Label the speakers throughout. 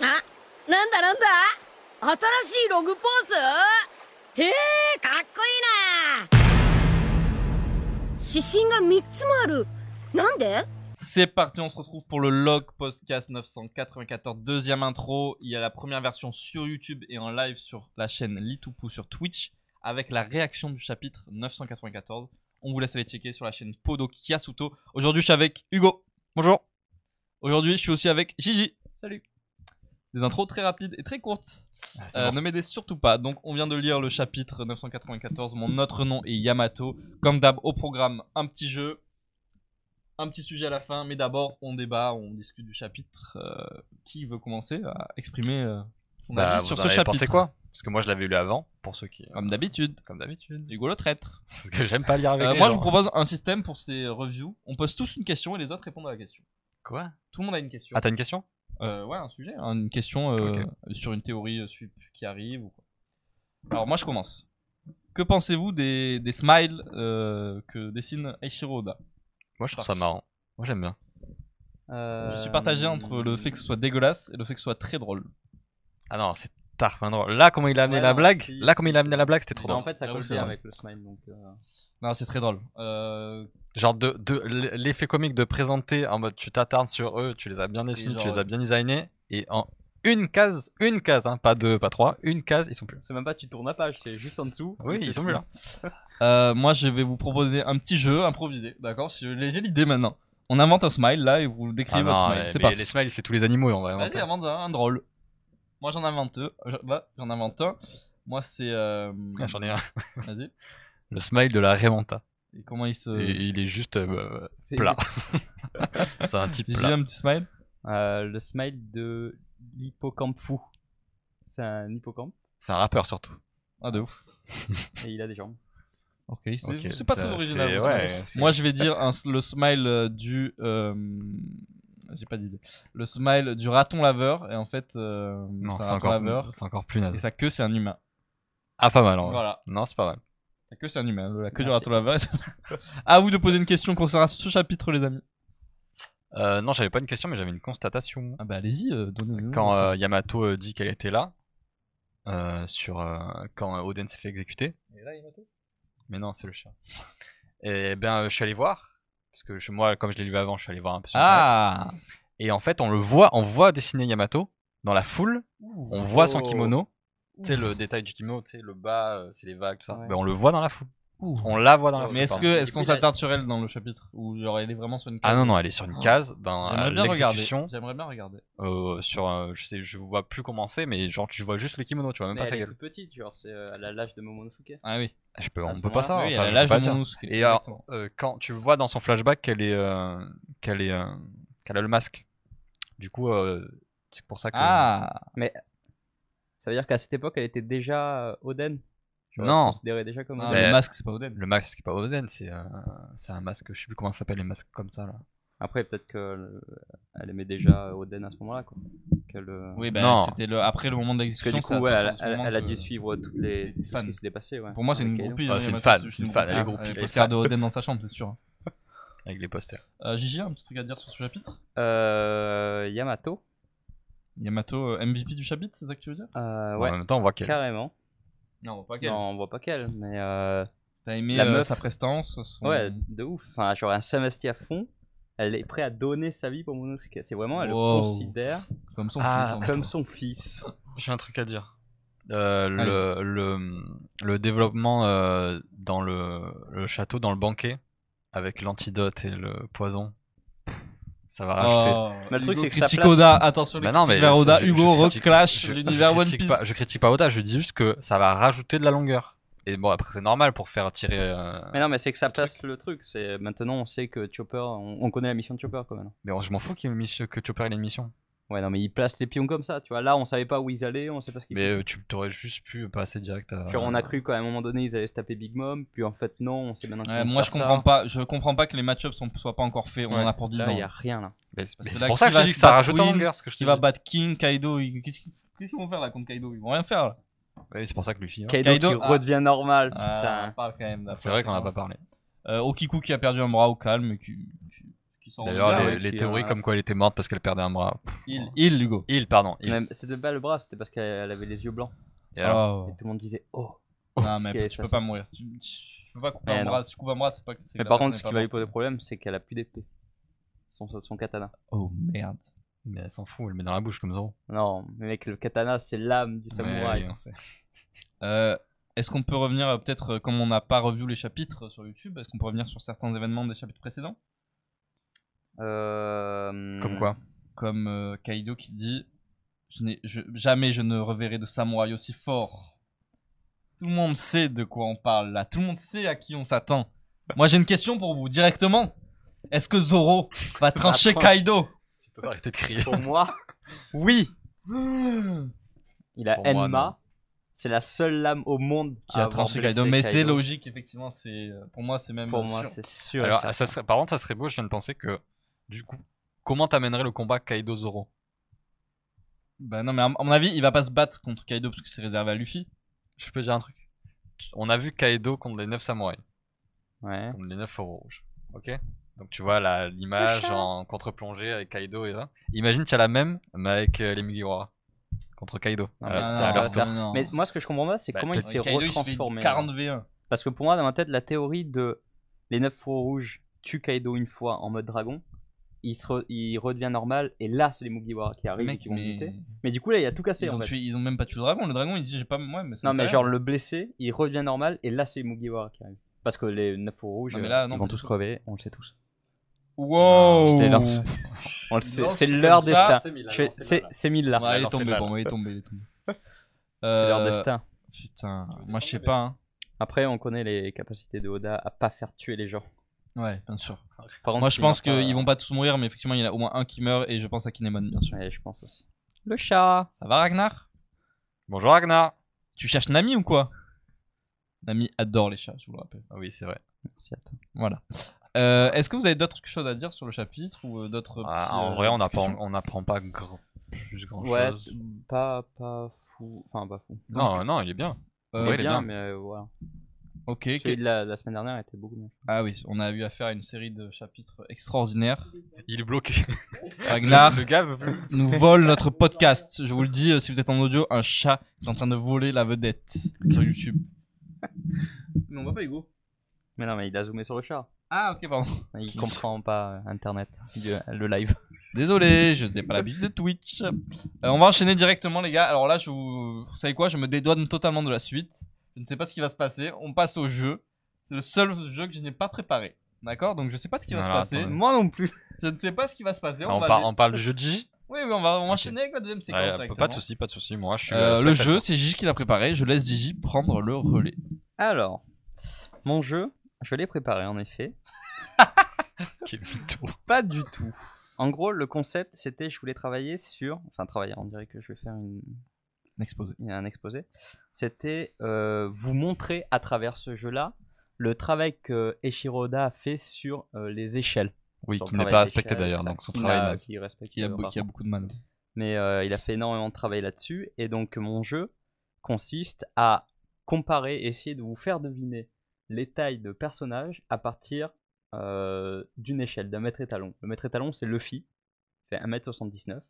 Speaker 1: あ、なんだなんだ新しいログポーズへえ、かっこいいな指針が3つもある。なんで
Speaker 2: C'est parti, on se retrouve pour le log podcast 994, deuxième intro. Il y a la première version sur YouTube et en live sur la chaîne Litoupou sur Twitch avec la réaction du chapitre 994. On vous laisse aller checker sur la chaîne Podo Kiasuto. Aujourd'hui, je suis avec Hugo. Bonjour. Aujourd'hui, je suis aussi avec Gigi. Salut. Des intros très rapides et très courtes. Euh, ne m'aidez surtout pas. Donc, on vient de lire le chapitre 994. Mon autre nom est Yamato. Comme d'hab, au programme, un petit jeu, un petit sujet à la fin. Mais d'abord, on débat, on discute du chapitre. Euh, qui veut commencer à exprimer euh, son
Speaker 3: Bah,
Speaker 2: avis
Speaker 3: vous
Speaker 2: sur
Speaker 3: en
Speaker 2: ce
Speaker 3: avez
Speaker 2: chapitre
Speaker 3: pensé quoi Parce que moi je l'avais lu avant, pour ceux qui.
Speaker 2: Comme d'habitude.
Speaker 3: Comme d'habitude.
Speaker 2: Hugo le traître.
Speaker 3: Parce que j'aime pas lire avec
Speaker 2: Euh,
Speaker 3: les
Speaker 2: moi, je
Speaker 3: gens.
Speaker 2: vous propose un système pour ces reviews. On pose tous une question et les autres répondent à la question.
Speaker 3: Quoi
Speaker 2: Tout le monde a une question.
Speaker 3: Ah, t'as une question
Speaker 2: Euh, ouais, un sujet, hein, une question euh, sur une théorie euh, sup qui arrive ou quoi. Alors moi je commence. Que pensez-vous des, des smiles euh, que dessine Eiichiro Oda
Speaker 3: Moi je trouve ça
Speaker 2: Parce-
Speaker 3: marrant. Moi j'aime bien.
Speaker 4: Euh,
Speaker 2: Je suis partagé entre le fait que ce soit dégueulasse et le fait que ce soit très drôle.
Speaker 3: Ah non, c'est tard, enfin drôle. Là, comment il a amené
Speaker 4: Ouais,
Speaker 3: la
Speaker 4: non,
Speaker 3: blague
Speaker 4: si,
Speaker 3: Là, comment
Speaker 4: si,
Speaker 3: il a
Speaker 4: si.
Speaker 3: amené la blague, c'était trop
Speaker 4: Mais
Speaker 3: drôle.
Speaker 4: Bah, en fait, ça
Speaker 2: Ah oui,
Speaker 4: colle
Speaker 2: c'est
Speaker 4: bien
Speaker 2: vrai.
Speaker 4: avec le smile. Donc, euh,
Speaker 2: Non, c'est très drôle. Euh,
Speaker 3: Genre, de, de- l'effet comique de présenter en mode tu t'attardes sur eux, tu les as bien dessinés,
Speaker 2: genre,
Speaker 3: tu les
Speaker 2: ouais.
Speaker 3: as bien designés, et en une case, une case, hein, pas deux, pas trois, une case, ils sont plus là.
Speaker 4: c'est même pas tu tournes la page, c'est juste en dessous.
Speaker 3: Oui,
Speaker 4: Et
Speaker 3: ils
Speaker 4: c'est
Speaker 3: sont
Speaker 4: tout.
Speaker 3: plus là.
Speaker 2: euh, moi je vais vous proposer un petit jeu improvisé, d'accord Je- J'ai l'idée maintenant. On invente un smile là et vous décrivez
Speaker 3: Ah
Speaker 2: votre
Speaker 3: non,
Speaker 2: smile.
Speaker 3: les,
Speaker 2: C'est
Speaker 3: les-
Speaker 2: parti.
Speaker 3: les smiles, c'est tous les animaux, on va
Speaker 2: Vas-y,
Speaker 3: inventer.
Speaker 2: invente un, un drôle. Moi j'en invente deux. Je- bah, J'en invente un. Moi c'est... euh,
Speaker 3: J'en ai un.
Speaker 2: Vas-y.
Speaker 3: Le smile de la Raymanta.
Speaker 2: Et comment il se...
Speaker 3: Et il est juste euh,
Speaker 4: C'est-
Speaker 3: plat. c'est un type
Speaker 2: J'ai
Speaker 3: plat.
Speaker 2: un petit smile.
Speaker 4: Euh, le smile de l'hippocampe fou. C'est un hippocampe
Speaker 3: C'est un rappeur surtout.
Speaker 2: Ah, de ouf.
Speaker 4: et il a des jambes.
Speaker 2: Ok, c'est
Speaker 3: Ok,
Speaker 2: c'est pas très
Speaker 3: ça,
Speaker 2: original.
Speaker 3: c'est-
Speaker 2: le
Speaker 3: ouais,
Speaker 2: smile.
Speaker 3: c'est-
Speaker 2: Moi, je vais dire un- le smile euh, du. euh, J'ai pas d'idée. Le smile du raton laveur. Et en fait, euh,
Speaker 3: Non,
Speaker 2: c'est
Speaker 3: c'est
Speaker 2: un raton
Speaker 3: encore,
Speaker 2: laveur.
Speaker 3: c'est encore plus
Speaker 2: Et
Speaker 3: naze.
Speaker 2: sa queue, c'est un humain.
Speaker 3: Ah, pas mal en vrai.
Speaker 2: Voilà.
Speaker 3: Non, c'est pas mal.
Speaker 2: Sa queue, c'est un humain. La queue du
Speaker 4: Merci.
Speaker 2: raton laveur. à vous de poser une question concernant ce chapitre, les amis.
Speaker 3: Euh, non, j'avais pas une question, mais j'avais une constatation.
Speaker 2: Ah, bah, allez-y, euh, donnez-nous.
Speaker 3: Quand euh, Yamato euh, dit qu'elle était là, euh, sur euh, quand euh, Oden s'est fait exécuter. Mais non, c'est le chat. Et ben, euh, je suis allé voir. Parce que je- moi, comme je l'ai lu avant, je suis allé voir un peu sur Internet.
Speaker 2: Ah
Speaker 3: Et en fait, on le voit, on voit dessiner Yamato dans la foule. On voit son
Speaker 4: Oh.
Speaker 3: kimono. Tu sais, le détail du kimono, tu sais, le bas, euh, c'est les vagues, tout ça.
Speaker 4: Ouais.
Speaker 3: Ben, on le voit dans la foule.
Speaker 2: Ouh.
Speaker 3: On la voit dans la foule.
Speaker 2: Mais est-ce que
Speaker 3: pardon.
Speaker 2: est-ce qu'on
Speaker 4: Du coup, il a-
Speaker 2: s'attarde sur elle dans le chapitre Ou genre, elle est vraiment sur une
Speaker 3: Ah
Speaker 2: case
Speaker 3: non, non, elle est sur une case dans
Speaker 2: J'aimerais
Speaker 3: euh,
Speaker 2: bien regarder.
Speaker 3: l'exécution.
Speaker 2: J'aimerais bien regarder.
Speaker 3: euh, sur, euh, je sais, je vois plus comment c'est, mais genre, tu vois juste le kimono, tu vois même
Speaker 4: Mais
Speaker 3: pas
Speaker 4: elle
Speaker 3: sa
Speaker 4: est
Speaker 3: gueule.
Speaker 4: toute petite, genre, c'est euh, elle a l'âge de Momonosuke.
Speaker 2: Ah oui.
Speaker 3: Je peux,
Speaker 4: À
Speaker 3: on
Speaker 4: ce
Speaker 3: peut pas
Speaker 4: moment-là,
Speaker 3: savoir.
Speaker 2: oui,
Speaker 3: enfin,
Speaker 2: elle a
Speaker 3: je
Speaker 2: l'âge
Speaker 3: peux
Speaker 2: de
Speaker 3: pas dire.
Speaker 2: Momonosuke.
Speaker 3: Et alors,
Speaker 2: Exactement.
Speaker 3: euh, quand tu vois dans son flashback qu'elle est, euh, qu'elle est, euh, qu'elle a le masque. Du coup, euh, c'est pour ça que.
Speaker 2: Ah
Speaker 4: Ça veut dire qu'à cette époque, elle était déjà euh, Oden. Genre,
Speaker 3: Non.
Speaker 4: elle se considérait déjà comme
Speaker 2: Non, Ah
Speaker 4: Oden.
Speaker 3: mais-
Speaker 2: Le masque, c'est pas Oden.
Speaker 3: Le masque, c'est pas Oden, c'est, euh, c'est un masque. Je sais plus comment ça s'appelle les masques comme ça là.
Speaker 4: Après, peut-être que euh, elle aimait déjà euh, Oden à ce moment-là, quoi. Qu'elle, euh,
Speaker 2: Oui, bah,
Speaker 3: Non.
Speaker 2: c'était le... après le moment de
Speaker 4: Parce que
Speaker 2: l'exécution.
Speaker 4: du coup,
Speaker 2: ça-
Speaker 4: ouais,
Speaker 2: ça
Speaker 4: elle,
Speaker 2: fait un
Speaker 4: elle-
Speaker 2: moment
Speaker 4: elle a
Speaker 2: que-
Speaker 4: dû suivre toutes les, tout
Speaker 2: fans.
Speaker 4: ce qui s'est passé. Ouais.
Speaker 2: Pour moi, c'est
Speaker 4: Avec
Speaker 2: une
Speaker 4: Kaido.
Speaker 2: groupie.
Speaker 3: Ah,
Speaker 2: hein,
Speaker 3: c'est
Speaker 2: Yamato,
Speaker 3: une fan,
Speaker 2: juste
Speaker 3: c'est une fan, elle est
Speaker 2: Ah,
Speaker 3: groupie, elle est
Speaker 2: Posters
Speaker 3: fan.
Speaker 2: de Oden dans sa chambre, c'est sûr.
Speaker 3: Avec les posters.
Speaker 2: Euh, Gigi, un petit truc à dire sur ce chapitre
Speaker 4: Euh, Yamato.
Speaker 2: Yamato, euh, MVP du chapitre, c'est ça que tu veux dire
Speaker 4: Euh,
Speaker 3: Bon,
Speaker 4: ouais,
Speaker 3: En même temps, on voit qu'elle.
Speaker 4: carrément.
Speaker 2: Non, pas
Speaker 4: Non, on voit pas qu'elle, mais euh,
Speaker 2: T'as aimé
Speaker 4: La
Speaker 2: euh,
Speaker 4: meuf.
Speaker 2: sa prestance son-
Speaker 4: ouais, de ouf. Enfin, genre, elle s'investit à fond. Elle est prête à donner sa vie pour Monosuke. C'est vraiment, elle
Speaker 2: Wow.
Speaker 4: le considère
Speaker 2: Comme son
Speaker 3: Ah,
Speaker 2: fils. en
Speaker 4: comme
Speaker 2: fait.
Speaker 4: son fils.
Speaker 3: J'ai un truc à dire. Euh, le, le, le développement euh, dans le, le château, dans le banquet, avec l'antidote et le poison, ça va rajouter.
Speaker 2: Oh,
Speaker 4: Mais le truc,
Speaker 2: Hugo
Speaker 4: c'est que sa
Speaker 2: critique
Speaker 4: place-
Speaker 2: Oda, attention,
Speaker 3: Ah, Bah
Speaker 2: le
Speaker 3: non, mais
Speaker 2: critique vers Oda,
Speaker 3: je- je
Speaker 2: Hugo
Speaker 3: critique-
Speaker 2: reclash
Speaker 3: je-
Speaker 2: l'univers
Speaker 3: je
Speaker 2: One
Speaker 3: critique
Speaker 2: Piece.
Speaker 3: Pas, je critique pas Oda, je dis juste que ça va rajouter de la longueur. Et bon, après, c'est normal pour faire tirer. euh,
Speaker 4: Mais non, mais c'est que ça place le truc. C'est maintenant, on sait que Chopper, on, on connaît la mission de Chopper quand même.
Speaker 3: Mais bon, je m'en fous qu'il y ait une mission- que Chopper ait une mission.
Speaker 4: Ouais, non, mais il place les pions comme ça. Tu vois, là, on savait pas où ils allaient, on sait pas ce qu'ils.
Speaker 3: Mais euh, tu t'aurais juste pu passer direct
Speaker 2: euh,
Speaker 3: à.
Speaker 4: Genre, on a cru qu'à un moment donné, ils allaient se taper Big Mom. Puis en fait, non, on sait maintenant. qu'ils
Speaker 2: Ouais,
Speaker 4: vont
Speaker 2: moi,
Speaker 4: faire
Speaker 2: je comprends
Speaker 4: ça.
Speaker 2: pas. Je comprends pas que les match-ups sont- soient pas encore faits. On
Speaker 4: Ouais,
Speaker 2: en a pour 10
Speaker 4: Là,
Speaker 2: ans.
Speaker 4: il y a rien là.
Speaker 3: Mais c'est
Speaker 2: Parce que là,
Speaker 3: mais c'est pour
Speaker 2: qui
Speaker 3: ça que
Speaker 2: va
Speaker 3: je dis que ça
Speaker 2: battre
Speaker 3: rajoute en
Speaker 2: Queen,
Speaker 3: longueur. Ce que je te
Speaker 2: Qui va
Speaker 3: dis.
Speaker 2: battre King, Kaido ils- Qu'est-ce qu'ils qu'est-ce qu'ils vont faire là contre Kaido Ils vont rien faire. là.
Speaker 3: Ouais, c'est pour ça que Luffy. hein.
Speaker 4: Kaido,
Speaker 2: Kaido,
Speaker 4: qui
Speaker 2: ah.
Speaker 4: redevient normal.
Speaker 2: Ah,
Speaker 4: Putain.
Speaker 2: on parle quand même.
Speaker 3: C'est vrai qu'on en a pas parlé.
Speaker 2: Euh, Okiku qui a perdu un bras au calme et qui, qui, qui qui s'en
Speaker 3: D'ailleurs,
Speaker 2: rendent bien,
Speaker 3: les,
Speaker 2: ouais,
Speaker 3: les
Speaker 2: qui,
Speaker 3: théories
Speaker 2: euh,
Speaker 3: comme quoi elle était morte parce qu'elle perdait un bras.
Speaker 2: Il, il Hugo.
Speaker 3: Il, pardon. Il.
Speaker 4: Même- C'était pas le bras, c'était parce qu'elle avait les yeux blancs.
Speaker 3: Et alors
Speaker 4: Et tout le monde disait oh.
Speaker 2: Non, mais
Speaker 4: Parce qu'elle
Speaker 2: tu peux
Speaker 4: est
Speaker 2: pas mourir. Tu, tu peux pas couper
Speaker 4: Mais
Speaker 2: un
Speaker 4: non.
Speaker 2: bras. Si tu coupes un bras, c'est pas que c'est
Speaker 4: Mais
Speaker 2: que la
Speaker 4: par
Speaker 2: personne
Speaker 4: contre, ce
Speaker 2: est
Speaker 4: qui
Speaker 2: pas
Speaker 4: va lui poser
Speaker 2: morte.
Speaker 4: problème, c'est qu'elle a plus d'épée. Son, son katana.
Speaker 2: Oh merde.
Speaker 3: Mais elle s'en fout, elle le met dans la bouche comme Zoro.
Speaker 4: Non, mais mec, le katana, c'est l'âme du samouraï.
Speaker 3: Mais, euh, c'est-
Speaker 2: Ah, Euh, est-ce qu'on peut revenir, euh, peut-être, euh, comme on n'a pas revu les chapitres euh, sur YouTube, est-ce qu'on peut revenir sur certains événements des chapitres précédents
Speaker 4: Euh,
Speaker 3: Comme quoi
Speaker 2: Comme euh, Kaido qui dit je n'ai- je- Jamais je ne reverrai de samouraï aussi fort. Tout le monde sait de quoi on parle là. Tout le monde sait à qui on s'attend. Moi, j'ai une question pour vous directement. Est-ce que Zoro va trancher
Speaker 4: trancher.
Speaker 2: Kaido
Speaker 3: Tu peux pas arrêter de crier.
Speaker 4: Pour moi, oui. Il a
Speaker 3: Pour moi, non.
Speaker 4: Enma. C'est la seule lame au monde
Speaker 2: qui a
Speaker 4: à avoir
Speaker 2: tranché
Speaker 4: blessé
Speaker 2: Kaido Mais c'est
Speaker 4: Kaido.
Speaker 2: logique, effectivement. C'est euh, pour moi, c'est même
Speaker 4: Pour
Speaker 2: euh,
Speaker 4: moi,
Speaker 2: sûr.
Speaker 4: c'est sûr.
Speaker 3: Alors,
Speaker 4: ça.
Speaker 3: ça serait... Par contre, ça serait beau, je viens de penser que, du coup, comment t'amènerais le combat Kaido-Zoro
Speaker 2: Bah non, mais à à mon avis, il va pas se battre contre Kaido parce que c'est réservé à Luffy.
Speaker 3: Je peux dire un truc On a vu Kaido contre les 9 samouraïs,
Speaker 4: Ouais.
Speaker 3: contre les 9 euros rouges. Ok Donc tu vois la- l'image
Speaker 1: Le chat.
Speaker 3: en contre-plongée avec Kaido et ça. Imagine tu as la même, mais avec euh, les Mugiwara. Contre Kaido.
Speaker 4: Non,
Speaker 3: Euh,
Speaker 4: mais
Speaker 3: c'est
Speaker 4: ça
Speaker 3: à
Speaker 4: va
Speaker 3: leur
Speaker 4: se
Speaker 3: tour.
Speaker 4: faire. Mais moi, ce que je comprends pas, c'est
Speaker 3: Bah,
Speaker 4: comment il
Speaker 3: peut-être
Speaker 4: s'est
Speaker 2: Kaido, il se fait
Speaker 4: retransformé. hein.
Speaker 2: 40 V1.
Speaker 4: Parce que pour moi, dans ma tête, la théorie de les 9 fours rouges tuent Kaido une fois en mode dragon, il, se re- il redevient normal, et là, c'est les Mugiwara qui arrivent et
Speaker 2: Mec,
Speaker 4: qui Ah vont le buter.
Speaker 2: mais...
Speaker 4: Mais du coup, là, il a tout cassé
Speaker 2: Ils
Speaker 4: en
Speaker 2: ont,
Speaker 4: fait.
Speaker 2: tué- ils ont même pas tué le dragon. Le dragon, il dit j'ai pas. Ouais, mais ça
Speaker 4: Non,
Speaker 2: me
Speaker 4: mais
Speaker 2: fait
Speaker 4: genre
Speaker 2: rien.
Speaker 4: le blessé, il redevient normal, et là, c'est les Mugiwara qui arrivent. Parce que les 9 fours rouges,
Speaker 2: Non, mais là,
Speaker 4: euh,
Speaker 2: non,
Speaker 4: ils vont
Speaker 2: pas du
Speaker 4: tous
Speaker 2: tout.
Speaker 4: crever, on le sait tous.
Speaker 2: Wow
Speaker 4: C'était leur- On le sait,
Speaker 2: Non, c'est
Speaker 4: c'est leur
Speaker 2: comme ça,
Speaker 4: destin. Je- C'est c'est mille hein. là.
Speaker 2: Ouais, il est
Speaker 3: Alors, c'est
Speaker 2: tombé,
Speaker 3: mal.
Speaker 2: bon, il est tombé, il est tombé.
Speaker 4: C'est leur
Speaker 2: Euh,
Speaker 4: destin.
Speaker 2: Putain, moi je sais pas. Hein.
Speaker 4: Après, on connaît les capacités de Oda à pas faire tuer les gens.
Speaker 2: Ah, Ouais, bien sûr.
Speaker 4: Par euh, contre,
Speaker 2: Moi je
Speaker 4: s'il
Speaker 2: pense
Speaker 4: meurt pas,
Speaker 2: qu'ils vont pas tous mourir, mais effectivement il y en a au moins un qui meurt et je pense à Kinemon, bien sûr.
Speaker 4: Ouais, je pense aussi. Le chat
Speaker 2: Ça va Ragnar
Speaker 3: Bonjour Ragnar
Speaker 2: Tu cherches Nami ou quoi Nami adore les chats, je vous le rappelle.
Speaker 3: Ah Oui, c'est vrai.
Speaker 4: Merci à toi.
Speaker 2: Voilà. Euh, Est-ce que vous avez d'autres choses à dire sur le chapitre ou euh, d'autres
Speaker 3: Ah,
Speaker 2: petits,
Speaker 3: en
Speaker 2: euh,
Speaker 3: vrai, on apprend,
Speaker 2: discussions
Speaker 3: on apprend pas grand, plus grand
Speaker 4: Ouais,
Speaker 3: chose.
Speaker 4: t- pas, pas fou. Enfin, pas fou.
Speaker 3: Non, non, il est bien.
Speaker 2: Euh,
Speaker 3: ouais,
Speaker 4: Il
Speaker 3: il
Speaker 4: est
Speaker 3: est
Speaker 4: bien,
Speaker 3: bien.
Speaker 4: mais euh, voilà.
Speaker 2: Ok,
Speaker 4: Celui
Speaker 2: que-
Speaker 4: de la, la semaine dernière était beaucoup mieux.
Speaker 2: ah oui, on a eu affaire à une série de chapitres extraordinaires.
Speaker 3: Il est bloqué.
Speaker 2: Ragnar
Speaker 3: Le gars veut plus.
Speaker 2: nous vole notre podcast. Je vous le dis, euh, si vous êtes en audio, un chat est en train de voler la vedette sur YouTube. Mais on voit pas Hugo.
Speaker 4: Mais non, mais il a zoomé sur le chat.
Speaker 2: Ah ok, pardon.
Speaker 4: Il comprend pas euh, Internet, le, le live.
Speaker 2: Désolé, je n'ai pas l'habitude de Twitch. Euh, on va enchaîner directement les gars. Alors là, je vous... vous savez quoi Je me dédouane totalement de la suite. Je ne sais pas ce qui va se passer. On passe au jeu. C'est le seul jeu que je n'ai pas préparé. D'accord Donc je sais pas ce qui va
Speaker 3: Non,
Speaker 2: se
Speaker 3: non,
Speaker 2: passer.
Speaker 3: attends.
Speaker 4: Moi non plus.
Speaker 2: Je ne sais pas ce qui va se passer.
Speaker 3: Ah, On,
Speaker 2: va
Speaker 3: par-
Speaker 2: aller-
Speaker 3: on parle du jeu de J
Speaker 2: Oui, oui, on va on va enchaîner avec la deuxième séquence.
Speaker 3: Ouais, Pas
Speaker 2: directement.
Speaker 3: de soucis, pas de soucis. Moi, je suis.
Speaker 2: Euh,
Speaker 3: euh,
Speaker 2: le
Speaker 3: spectateur.
Speaker 2: jeu, c'est Gigi qui l'a préparé. Je laisse Gigi prendre le relais.
Speaker 4: Alors, mon jeu, je l'ai préparé en effet.
Speaker 3: Qui est mytho.
Speaker 4: Pas du tout. En gros, le concept, c'était je voulais travailler sur. Enfin, travailler, on dirait que je vais faire une,
Speaker 2: Exposé.
Speaker 4: il y a un exposé, c'était euh, vous montrer à travers ce jeu-là le travail que Eshiroda a fait sur euh, les échelles.
Speaker 3: Oui,
Speaker 4: Sur le
Speaker 3: qui n'est
Speaker 4: travail
Speaker 3: pas
Speaker 4: d'échelle,
Speaker 3: respecté d'ailleurs, donc son
Speaker 4: qui
Speaker 3: travail
Speaker 4: n'a-
Speaker 3: naze.
Speaker 4: qui respecte
Speaker 2: Qui a,
Speaker 4: le
Speaker 2: beau- qui a
Speaker 4: rapport.
Speaker 2: beaucoup de mal.
Speaker 4: Mais euh, il a fait énormément de travail là-dessus, et donc mon jeu consiste à comparer, essayer de vous faire deviner les tailles de personnages à partir euh, d'une échelle, d'un mètre étalon. Le mètre étalon, c'est Luffy, fait 1m79.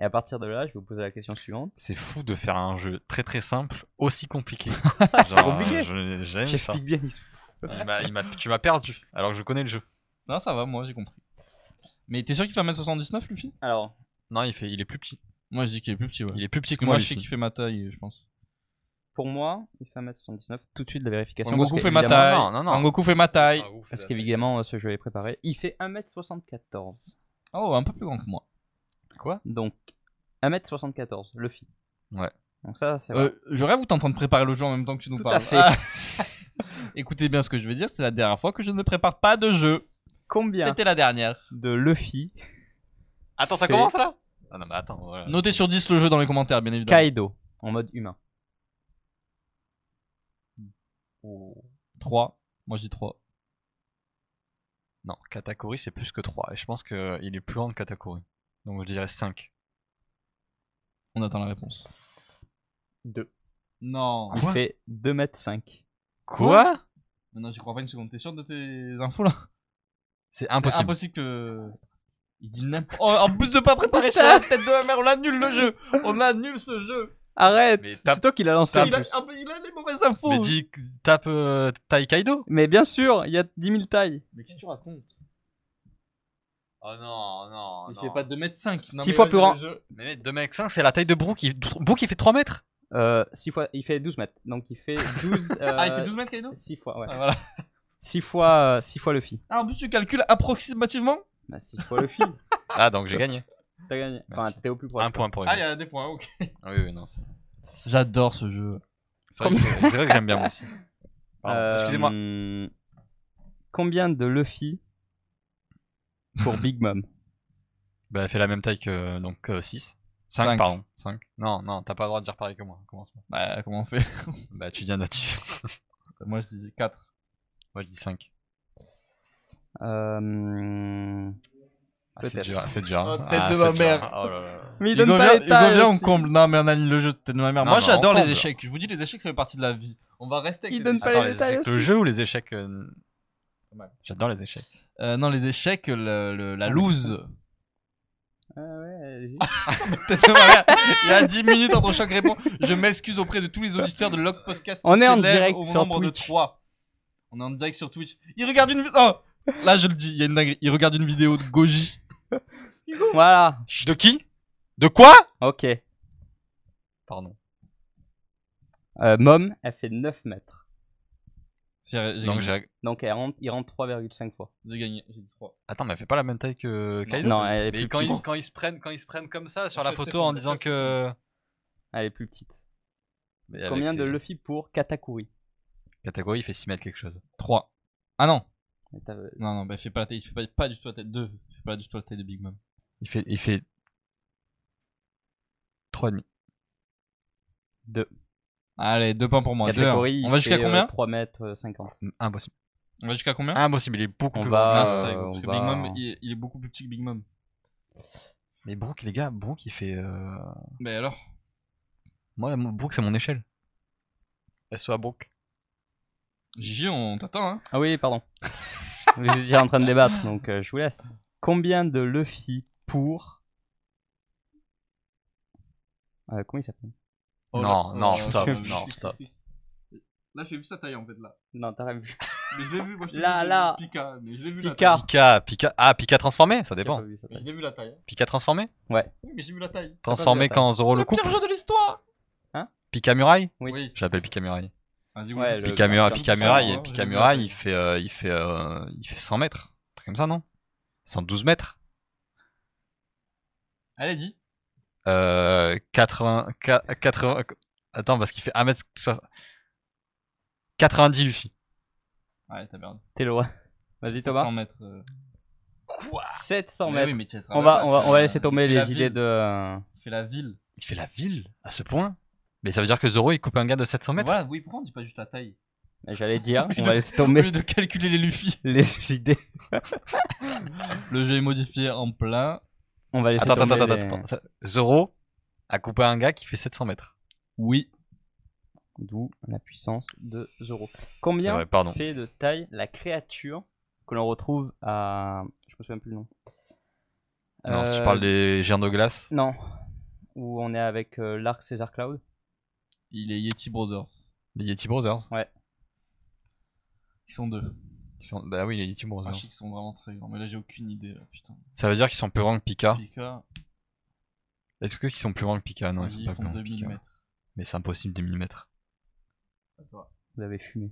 Speaker 4: Et à partir de là, je vais vous poser la question suivante.
Speaker 3: C'est fou de faire un jeu très très simple, aussi compliqué.
Speaker 4: compliqué.
Speaker 3: Genre, je- j'aime ça.
Speaker 4: J'explique bien, il se
Speaker 3: Il m'a- il m'a- tu m'as perdu, alors que je connais le jeu.
Speaker 2: Non, ça va, moi j'ai compris. Mais t'es sûr qu'il fait 1m79, Luffy
Speaker 4: Alors,
Speaker 3: Non, il, fait, il est plus petit.
Speaker 2: Moi je dis qu'il est plus petit, ouais.
Speaker 3: Il est plus petit
Speaker 2: Parce
Speaker 3: que
Speaker 2: que
Speaker 3: moi,
Speaker 2: moi je sais
Speaker 3: Luffy.
Speaker 2: qu'il fait ma taille, je pense.
Speaker 4: pour moi, il fait 1m79. Tout de suite, la vérification.
Speaker 2: Son
Speaker 4: parce
Speaker 2: Goku
Speaker 4: que,
Speaker 2: fait ma
Speaker 4: évidemment-
Speaker 2: taille.
Speaker 3: Ah, Non, non, Ah, non.
Speaker 2: Son Goku fait ma taille.
Speaker 4: Parce qu'évidemment, euh, ce jeu est préparé. Il fait 1m74.
Speaker 2: Oh, un peu plus grand que moi.
Speaker 3: Quoi
Speaker 4: Donc, 1m74, Luffy.
Speaker 3: Ouais.
Speaker 4: Donc, ça, c'est vrai.
Speaker 2: Euh, je rêve ou t'es en train de préparer le jeu en même temps que tu nous
Speaker 4: Tout
Speaker 2: parles Ah.
Speaker 4: à fait.
Speaker 2: Écoutez bien ce que je vais dire, c'est la dernière fois que je ne prépare pas de jeu.
Speaker 4: Combien
Speaker 2: C'était la dernière.
Speaker 4: de Luffy
Speaker 3: Attends, ça
Speaker 4: fait-
Speaker 3: commence là Ah non, mais attends. voilà.
Speaker 2: Notez sur 10 le jeu dans les commentaires, bien évidemment.
Speaker 4: Kaido en mode humain
Speaker 2: 3. Moi je dis 3.
Speaker 3: Non, Katakuri c'est plus que 3. Et je pense qu'il est plus grand que Katakuri. Donc je dirais 5.
Speaker 2: On attend la réponse.
Speaker 4: 2.
Speaker 2: Non.
Speaker 4: Il fait 2m5.
Speaker 2: Quoi Non, j'y crois pas une seconde. T'es sûr de tes infos là
Speaker 3: C'est
Speaker 2: C'est
Speaker 3: impossible.
Speaker 2: impossible que. Il dit n'importe Oh, En plus de pas préparer sur la tête de la mère, on annule le jeu. On annule ce jeu.
Speaker 4: Arrête
Speaker 3: Mais tape-
Speaker 4: C'est toi qui l'as lancé en
Speaker 2: Il a,
Speaker 4: plus.
Speaker 2: ah, mais il a les mauvaises infos.
Speaker 3: Mais dis, tape euh, Tai Kaido.
Speaker 4: Mais bien sûr, il y a 10 000 tailles.
Speaker 2: Mais qu'est-ce que tu racontes Oh non, non.
Speaker 4: Il
Speaker 2: Il
Speaker 4: fait
Speaker 2: fait
Speaker 4: pas
Speaker 2: pas 2 mètres 5.
Speaker 4: Six fois plus grand.
Speaker 3: Mais mec, 2 mecs 5, c'est la taille de Brook. Il... Brook, il fait 3 mètres.
Speaker 4: Euh, 6 fois, il fait 12 mètres. Donc il fait 12. euh,
Speaker 2: Ah, il fait 12 mètres, Kaido
Speaker 4: 6 fois, ouais.
Speaker 2: ah, voilà.
Speaker 4: 6 fois, 6 fois le fi.
Speaker 2: ah, en plus, tu calcules approximativement
Speaker 4: Bah 6 fois le fi,
Speaker 3: Ah, donc j'ai gagné.
Speaker 4: t'as gagné. Enfin,
Speaker 3: Merci.
Speaker 4: t'es au plus proche.
Speaker 3: Un point pour
Speaker 2: Ah, il y
Speaker 3: lui.
Speaker 2: a des points, ok.
Speaker 3: Ah, oui, oui, non. C'est
Speaker 2: J'adore ce jeu.
Speaker 3: c'est vrai, que- c'est vrai que j'aime bien moi aussi. Pardon,
Speaker 4: Euh,
Speaker 3: Excusez-moi.
Speaker 4: Combien de Luffy pour Big Mom
Speaker 3: Bah, elle fait la même taille que donc 6. 5,
Speaker 2: Cinq.
Speaker 3: pardon. 5. Non, non, t'as pas le droit de dire pareil que moi. Commence pas.
Speaker 2: Bah, comment on fait
Speaker 3: Bah, tu dis un natif.
Speaker 2: Moi, je dis 4.
Speaker 3: Moi, je dis 5.
Speaker 4: Euh,
Speaker 3: Ah, c'est
Speaker 4: Peut-être.
Speaker 3: dur, c'est dur.
Speaker 2: Oh,
Speaker 3: Ah,
Speaker 2: tête de
Speaker 3: c'est
Speaker 2: ma
Speaker 3: dur.
Speaker 2: mère.
Speaker 3: Oh là là.
Speaker 4: Mais il
Speaker 2: Hugo
Speaker 4: donne
Speaker 2: vient,
Speaker 4: pas les tailles.
Speaker 2: Hugo vient, on
Speaker 4: aussi.
Speaker 2: comble. Non, mais on annule le jeu de tête de ma mère.
Speaker 3: Non,
Speaker 2: Moi,
Speaker 3: mais on
Speaker 2: j'adore les
Speaker 3: comble.
Speaker 2: échecs. Je vous dis, les échecs, ça fait partie de la vie. On va rester avec
Speaker 4: Il
Speaker 2: les
Speaker 4: donne
Speaker 2: échecs.
Speaker 4: pas
Speaker 3: Attends,
Speaker 4: les
Speaker 3: les
Speaker 4: détails
Speaker 3: échecs, le
Speaker 4: aussi.
Speaker 3: jeu ou les échecs euh,
Speaker 2: Pas mal.
Speaker 3: J'adore les échecs.
Speaker 2: Euh, non, les échecs, le- le- la
Speaker 4: Ah,
Speaker 2: loose.
Speaker 4: Ah ouais, vas-y.
Speaker 2: Tête de ma mère. Il y a 10 minutes entre chaque réponse. Je m'excuse auprès de tous les auditeurs de Log Podcast. qui
Speaker 4: On est en
Speaker 2: s'élèvent
Speaker 4: direct
Speaker 2: au
Speaker 4: sur
Speaker 2: nombre de
Speaker 4: Twitch.
Speaker 2: 3. On est en direct sur Twitch. Il regarde une. vi- Oh Là, je le dis, il y a une dinguerie. Il regarde une vidéo de Goji.
Speaker 4: voilà,
Speaker 3: De qui De quoi
Speaker 4: ok.
Speaker 3: Pardon.
Speaker 4: Euh, Mom, elle fait 9 mètres.
Speaker 2: J'ai j'ai
Speaker 3: Donc
Speaker 2: gagné.
Speaker 3: j'ai.
Speaker 4: Donc elle rentre, il rentre 3,5 fois.
Speaker 2: J'ai gagné. J'ai dit 3.
Speaker 3: Attends, mais elle fait pas la même taille que Kaido
Speaker 4: non, elle est
Speaker 3: Mais
Speaker 4: plus
Speaker 3: quand
Speaker 4: petite.
Speaker 3: ils, quand ils se prennent, quand ils se prennent comme ça sur
Speaker 2: Je
Speaker 3: la
Speaker 2: sais
Speaker 3: photo
Speaker 2: pas,
Speaker 3: en
Speaker 2: je
Speaker 3: disant
Speaker 2: sais
Speaker 3: que.
Speaker 4: Elle est plus petite.
Speaker 3: Mais avec
Speaker 4: Combien
Speaker 3: ses-
Speaker 4: de Luffy pour Katakuri
Speaker 3: Katakuri, il fait 6 mètres quelque chose.
Speaker 2: 3. Ah non
Speaker 4: Mais t'as- euh,
Speaker 2: Non, non, bah, il fait pas la taille. Il fait pas, pas du tout la tête 2. Il fait pas du tout la taille de Big Mom.
Speaker 3: Il fait. Il fait. 3,5.
Speaker 2: Allez, 2 points pour moi. Deux, hein.
Speaker 4: Katakuri, il
Speaker 2: On va jusqu'à
Speaker 4: fait, euh,
Speaker 2: combien
Speaker 4: 3 mètres euh, 50.
Speaker 3: Impossible.
Speaker 2: On va jusqu'à combien
Speaker 3: Hein Impossible, il est beaucoup
Speaker 4: On
Speaker 3: plus
Speaker 4: va-
Speaker 3: grand.
Speaker 2: Non,
Speaker 4: euh,
Speaker 2: c'est pas Hugo,
Speaker 4: on
Speaker 2: parce que
Speaker 4: va-
Speaker 2: Big Mom, il, il est beaucoup plus petit que Big Mom.
Speaker 3: Mais Brook, les gars, Brook, il fait. euh,
Speaker 2: Mais alors
Speaker 3: Moi, mon- Brook, c'est mon échelle. SOA Brook.
Speaker 2: Gigi, on t'attend, hein
Speaker 4: Ah oui, pardon. Vous étiez déjà en train de débattre, donc euh, je vous laisse. Combien de Luffy pour. Euh, comment il s'appelle
Speaker 3: Oh Non, là, non,
Speaker 2: euh,
Speaker 3: stop,
Speaker 2: je-
Speaker 3: non,
Speaker 2: je-
Speaker 3: stop.
Speaker 2: Là, j'ai vu sa taille en fait, là.
Speaker 4: Non, t'as rien vu.
Speaker 2: Mais je l'ai vu, moi, je l'ai
Speaker 4: Là,
Speaker 2: vu,
Speaker 4: là.
Speaker 2: Pika, mais je l'ai vu la
Speaker 4: Picard.
Speaker 2: taille.
Speaker 3: Pika, Pika. Ah, Pika transformé, ça
Speaker 4: J'ai pas
Speaker 3: dépend.
Speaker 4: vu ça.
Speaker 2: Mais je l'ai vu la taille. hein.
Speaker 3: Pika transformé
Speaker 2: Oui, mais j'ai vu la taille.
Speaker 3: Transformé quand Zoro le
Speaker 2: Le
Speaker 3: coupe
Speaker 2: pire jeu de l'histoire
Speaker 3: Pika Muraille
Speaker 4: Oui.
Speaker 3: Je l'appelle Pika Muraille.
Speaker 2: Vas-y,
Speaker 4: Ouais,
Speaker 2: oui.
Speaker 4: je-
Speaker 3: Pika Muraille, Pika Muraille,
Speaker 2: Ouais,
Speaker 3: Pika
Speaker 2: j'aime bien.
Speaker 3: Muraille, il fait, euh, il fait, euh, il fait 100 mètres. Un truc comme ça, non 112 mètres.
Speaker 2: Allez, dis.
Speaker 3: Euh, 80, qua- 80, attends, parce qu'il fait 1 mètre, soix- 90 Luffy.
Speaker 2: Ouais, t'as perdu.
Speaker 4: T'es loin. Vas-y,
Speaker 2: 100
Speaker 4: Thomas.
Speaker 2: mètres. euh. Quoi
Speaker 4: 700
Speaker 2: Mais
Speaker 4: mètres.
Speaker 2: oui, mais tu
Speaker 4: on, va, on, va, on va laisser
Speaker 2: Il
Speaker 4: tomber
Speaker 2: fait la
Speaker 4: les
Speaker 2: ville.
Speaker 4: idées de. euh,
Speaker 2: Il fait la ville.
Speaker 3: Il fait la ville à ce point Mais ça veut dire que Zoro il coupe un gars de 700 mètres
Speaker 2: Voilà, oui, pourquoi on dit pas juste la taille
Speaker 4: J'allais dire, on
Speaker 2: Putain.
Speaker 4: va laisser
Speaker 2: Au
Speaker 4: tomber
Speaker 2: lieu de calculer les Luffy,
Speaker 4: les idées.
Speaker 2: le jeu est modifié en plein.
Speaker 4: On va laisser
Speaker 3: Attends, attends,
Speaker 4: tomber.
Speaker 3: attends,
Speaker 4: les-
Speaker 3: attends, attends. Ça- Zoro a coupé un gars qui fait 700 mètres.
Speaker 2: Oui.
Speaker 4: D'où la puissance de Zoro.
Speaker 3: C'est
Speaker 4: Combien
Speaker 3: vrai, pardon.
Speaker 4: fait de taille la créature que l'on retrouve à. Je me souviens plus le nom.
Speaker 3: Non, si je
Speaker 4: Euh,
Speaker 3: parle des géants de glace.
Speaker 4: Non. Où on est avec euh, l'arc César Cloud.
Speaker 2: Il est Yeti Brothers.
Speaker 3: Les Yeti Brothers.
Speaker 2: Ils sont deux.
Speaker 3: Ils sont... Bah oui, les Yeti
Speaker 2: Ah,
Speaker 3: Brothers.
Speaker 2: je sais qu'ils sont vraiment très grands, mais là j'ai aucune idée. là, putain.
Speaker 3: Ça veut dire qu'ils sont plus grands que Pika.
Speaker 2: Pika,
Speaker 3: Est-ce que qu'ils sont plus grands que Pika Non, ils
Speaker 2: ils,
Speaker 3: sont pas plus
Speaker 2: font
Speaker 3: grands que
Speaker 2: 2000
Speaker 3: Pika.
Speaker 2: mètres.
Speaker 3: Mais c'est impossible 2000 mètres.
Speaker 2: Attends.
Speaker 4: Vous avez fumé.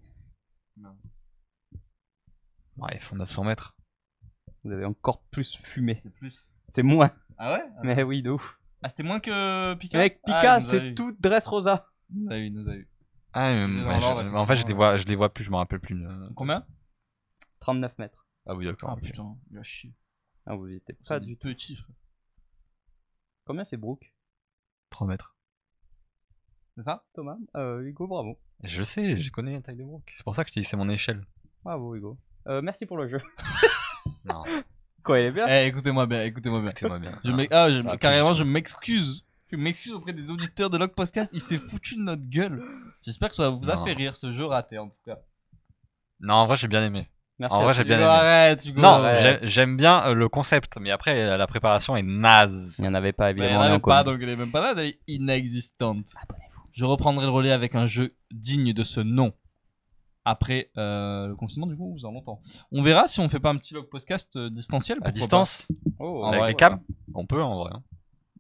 Speaker 3: Ouais, ils font 900 mètres.
Speaker 4: Vous avez encore plus fumé.
Speaker 2: C'est plus.
Speaker 4: C'est moins.
Speaker 2: Ah ouais
Speaker 4: Mais oui, de ouf.
Speaker 2: Ah, c'était moins que Pika
Speaker 4: Mec,
Speaker 2: Ah,
Speaker 4: Pika,
Speaker 2: il nous a
Speaker 4: c'est
Speaker 2: eu.
Speaker 4: tout Dressrosa.
Speaker 2: Il nous a eu, il nous a eu.
Speaker 3: Ah, mais,
Speaker 2: Ils étaient
Speaker 3: ouais,
Speaker 2: dans
Speaker 3: je-
Speaker 2: l'ordre,
Speaker 3: mais en fait, je les
Speaker 2: effectivement,
Speaker 3: vois, je les vois plus, je m'en rappelle plus. euh.
Speaker 2: euh, Combien
Speaker 4: 39 mètres.
Speaker 3: Ah oui, d'accord.
Speaker 2: Ah
Speaker 3: ok.
Speaker 2: putain, il a chié.
Speaker 4: Ah, vous y étiez
Speaker 2: C'est
Speaker 4: pas
Speaker 2: des
Speaker 4: du tout.
Speaker 2: petits, frère.
Speaker 4: Combien fait Brooke
Speaker 3: 3 mètres.
Speaker 2: C'est ça
Speaker 4: Thomas Euh, Hugo, bravo.
Speaker 3: Je sais,
Speaker 2: Mmh.
Speaker 3: je connais la taille de Brook. C'est pour ça que je te dis que c'est mon échelle.
Speaker 4: Bravo, Hugo. Euh, merci pour le jeu.
Speaker 3: Non,
Speaker 4: Quoi, il est bien
Speaker 2: Eh, écoutez-moi bien, écoutez-moi bien.
Speaker 3: écoutez-moi bien.
Speaker 2: Je m'ex- ah, je-
Speaker 3: ça a plus
Speaker 2: carrément,
Speaker 3: du
Speaker 2: je m'excuse. Je m'excuse auprès des auditeurs de Log Podcast. Il s'est foutu de notre gueule. J'espère que ça vous a
Speaker 3: Non.
Speaker 2: fait rire ce jeu raté en tout cas.
Speaker 3: Non, en vrai, j'ai bien aimé.
Speaker 4: Merci.
Speaker 3: En
Speaker 4: à
Speaker 3: vrai,
Speaker 4: tous.
Speaker 3: j'ai bien aimé.
Speaker 2: Arrête, Hugo.
Speaker 3: Non,
Speaker 4: Ouais.
Speaker 3: j'ai- j'aime bien euh, le concept, mais après, euh, la préparation est naze.
Speaker 4: Il n'y en avait pas,
Speaker 2: Mais elle
Speaker 4: évidemment.
Speaker 2: en
Speaker 4: rien
Speaker 2: a
Speaker 4: en
Speaker 2: pas,
Speaker 4: commun.
Speaker 2: donc elle est même pas là, elle est inexistante.
Speaker 4: Abonnez-vous.
Speaker 2: Je reprendrai le relais avec un jeu digne de ce nom. Après euh, le confinement, du coup, vous en longtemps. On verra si on fait pas un petit log podcast euh, distanciel.
Speaker 3: À
Speaker 2: pourquoi
Speaker 3: distance,
Speaker 4: Oh,
Speaker 2: pas.
Speaker 3: avec
Speaker 2: Ouais,
Speaker 3: les
Speaker 2: voilà.
Speaker 3: cams, on peut en vrai. hein.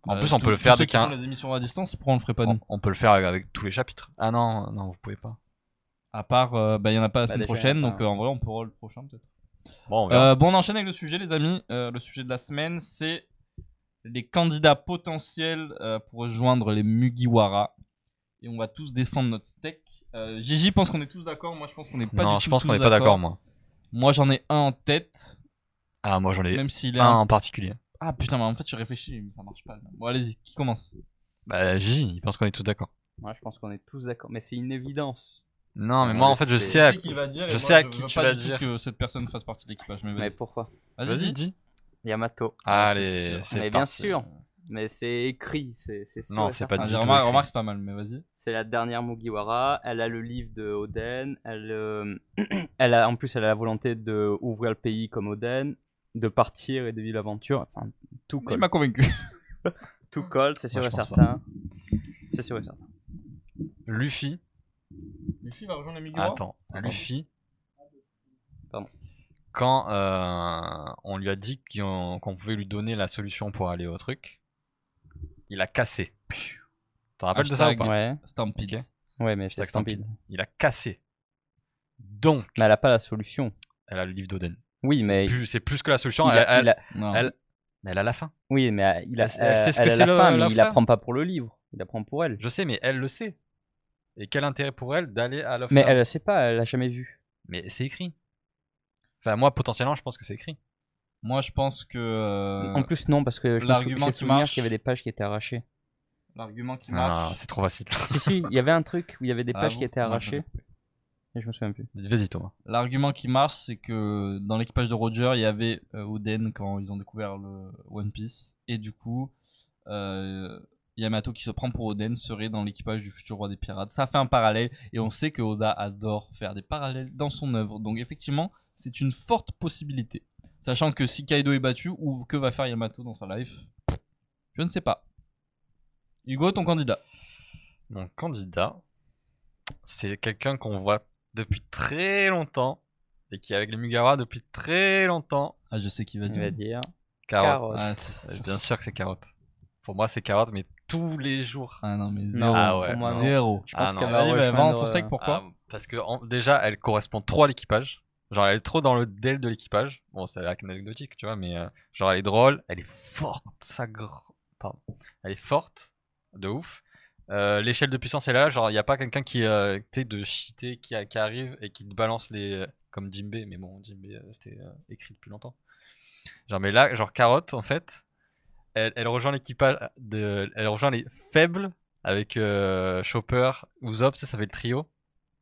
Speaker 3: En
Speaker 2: Euh,
Speaker 3: plus, on
Speaker 2: tous-
Speaker 3: peut le
Speaker 2: tous
Speaker 3: faire Oh.
Speaker 2: ceux
Speaker 3: dès
Speaker 2: qui font
Speaker 3: qu'un.
Speaker 2: les émissions à distance, pourquoi on le ferait pas
Speaker 3: On,
Speaker 2: nous
Speaker 3: on peut le faire avec, avec tous les chapitres. Ah non, non, vous pouvez pas.
Speaker 2: À part, euh, bah, il y en a pas la
Speaker 4: Bah,
Speaker 2: semaine
Speaker 4: déjà,
Speaker 2: prochaine,
Speaker 4: y en a
Speaker 2: donc
Speaker 4: pas.
Speaker 2: euh, en vrai, on pourra le prochain peut-être.
Speaker 3: Bon, on verra.
Speaker 2: Euh, bon, on enchaîne avec le sujet, les amis. Euh, le sujet de la semaine, c'est les candidats potentiels euh, pour rejoindre les Mugiwara. Et on va tous défendre notre steak. Euh, Gigi pense qu'on est tous d'accord. Moi, je pense qu'on n'est pas
Speaker 3: non,
Speaker 2: du
Speaker 3: je
Speaker 2: tout
Speaker 3: pense qu'on
Speaker 2: tous
Speaker 3: est pas d'accord, moi.
Speaker 2: Moi, j'en ai un en tête,
Speaker 3: Ah, moi j'en ai
Speaker 2: même s'il est.
Speaker 3: un
Speaker 2: un-
Speaker 3: en particulier.
Speaker 2: Ah putain, mais en fait, je réfléchis, mais ça marche pas. là. Bon, allez-y, qui commence
Speaker 3: Bah, J, il pense qu'on est tous d'accord.
Speaker 4: Ouais, je pense qu'on est tous d'accord. Mais c'est une évidence.
Speaker 3: Non, mais
Speaker 4: Ouais,
Speaker 3: moi en
Speaker 4: mais
Speaker 3: fait, je
Speaker 4: c'est-
Speaker 3: sais à.
Speaker 2: sais qu'il va dire.
Speaker 3: je
Speaker 2: et
Speaker 3: sais
Speaker 2: moi,
Speaker 3: à qui
Speaker 2: veux
Speaker 3: tu
Speaker 2: pas
Speaker 3: vas
Speaker 2: du tout
Speaker 3: dire.
Speaker 2: que cette personne fasse partie de l'équipage. Mais
Speaker 4: Mais
Speaker 2: vas-y,
Speaker 4: pourquoi
Speaker 2: vas-y,
Speaker 3: Vas-y,
Speaker 2: dis.
Speaker 3: dis.
Speaker 4: Yamato.
Speaker 2: c'est
Speaker 3: Allez,
Speaker 2: sûr.
Speaker 3: c'est
Speaker 4: Mais
Speaker 3: parti.
Speaker 4: bien Ah, sûr. Mais c'est écrit. C'est c'est sûr
Speaker 3: Non,
Speaker 4: et
Speaker 3: c'est
Speaker 4: certain.
Speaker 3: pas
Speaker 2: Ah,
Speaker 3: du
Speaker 2: j'ai
Speaker 3: tout
Speaker 2: remarqué-
Speaker 3: écrit.
Speaker 2: remarque, c'est pas mal, mais vas-y.
Speaker 4: C'est la dernière Mugiwara. Elle a le livre de Oden. Elle, euh, elle a, en plus, elle a la volonté de ouvrir le pays comme Oden, de partir et de vivre l'aventure. Enfin, tout
Speaker 2: Il
Speaker 4: colle.
Speaker 2: m'a convaincu.
Speaker 4: Tout colle, c'est sûr
Speaker 3: Moi,
Speaker 4: et
Speaker 3: je pense
Speaker 4: certain. C'est sûr et certain.
Speaker 3: Luffy.
Speaker 2: Luffy va rejoindre les Mugiwara.
Speaker 3: Attends,
Speaker 4: Pardon.
Speaker 3: Luffy.
Speaker 4: Pardon.
Speaker 3: Quand euh, on lui a dit qu'on qu'on pouvait lui donner la solution pour aller au truc, il a cassé. T'en rappelles de ça ou
Speaker 2: Hashtag.
Speaker 3: pas
Speaker 4: Ouais,
Speaker 2: Stampede.
Speaker 3: Ok.
Speaker 4: ouais, mais je
Speaker 3: Stack
Speaker 4: t'estampide.
Speaker 3: Il a cassé. Donc,
Speaker 4: Mais elle a pas la solution.
Speaker 3: elle a le livre d'Oden.
Speaker 4: Oui, mais
Speaker 3: Plus- C'est plus que la solution.
Speaker 4: il
Speaker 3: elle,
Speaker 4: a, il a-
Speaker 2: Non.
Speaker 3: elle- mais elle a la fin.
Speaker 4: oui, mais euh, il a,
Speaker 3: Elle- elle sait ce
Speaker 4: euh,
Speaker 3: que
Speaker 4: elle a
Speaker 3: c'est
Speaker 4: la
Speaker 3: le-
Speaker 4: femme, mais
Speaker 3: l'after.
Speaker 4: il la prend pas pour le livre. Il la prend pour elle.
Speaker 3: Je sais, mais elle le sait. Et quel intérêt pour elle d'aller à l'offre
Speaker 4: Mais elle sait pas, elle l'a jamais vu.
Speaker 3: Mais c'est écrit. Enfin, moi, potentiellement, je pense que c'est écrit.
Speaker 2: Moi, je pense que euh,
Speaker 4: en plus, non, parce que je me sou- j'ai
Speaker 2: l'argument
Speaker 4: le
Speaker 2: qui
Speaker 4: souvenir
Speaker 2: marche-
Speaker 4: qu'il y avait des pages qui étaient arrachées.
Speaker 2: l'argument qui
Speaker 3: Ah,
Speaker 2: marche.
Speaker 3: c'est trop facile.
Speaker 4: si, si, il y avait un truc où il y avait des
Speaker 2: Ah
Speaker 4: pages
Speaker 2: bon
Speaker 4: qui étaient
Speaker 2: Moi, je
Speaker 4: arrachées.
Speaker 2: l'ai coupé.
Speaker 4: Et je me souviens plus.
Speaker 3: Vas-y, Thomas.
Speaker 2: L'argument qui marche, c'est que dans l'équipage de Roger, il y avait euh, Oden quand ils ont découvert le One Piece, et du coup, euh, Yamato qui se prend pour Oden serait dans l'équipage du futur roi des pirates. Ça fait un parallèle, et on sait que Oda adore faire des parallèles dans son œuvre. Donc effectivement, c'est une forte possibilité. Sachant que si Kaido est battu, ou que va faire Yamato dans sa life, je ne sais pas. Hugo, ton candidat.
Speaker 3: Mon candidat, c'est quelqu'un qu'on voit depuis très longtemps et qui est avec les Mugawa depuis très longtemps.
Speaker 2: Ah, je sais qui va
Speaker 4: Il
Speaker 2: dire.
Speaker 4: va dire.
Speaker 3: Carotte.
Speaker 2: Ah,
Speaker 3: Euh, Bien sûr que c'est Carotte. Pour moi, c'est Carotte, mais tous les jours.
Speaker 2: Ah non, mais zéro.
Speaker 3: Ah ouais,
Speaker 4: moi, non.
Speaker 2: Zéro.
Speaker 4: Je pense
Speaker 3: Ah non,
Speaker 4: qu'elle va
Speaker 2: Vas-y, bah, va
Speaker 4: rejoindre,
Speaker 2: en ton sec,
Speaker 4: euh,
Speaker 2: pourquoi
Speaker 3: Ah, Parce que en- déjà, elle correspond trop à l'équipage. Genre, elle est trop dans le DEL de l'équipage. Bon, c'est anecdotique, tu vois, mais euh, genre, elle est drôle, elle est forte, ça gr- Pardon. Elle est forte, de ouf. Euh, L'échelle de puissance est là, genre, il n'y a pas quelqu'un qui, euh, tu sais, de cheaté qui, a- qui arrive et qui te balance les. euh, Comme Jimbei, mais bon, Jimbei, euh, c'était euh, écrit depuis longtemps. Genre, mais là, genre, Carotte, en fait, elle, elle rejoint l'équipage de. Elle rejoint les faibles avec euh, Chopper, Usopp, ça, ça fait le trio.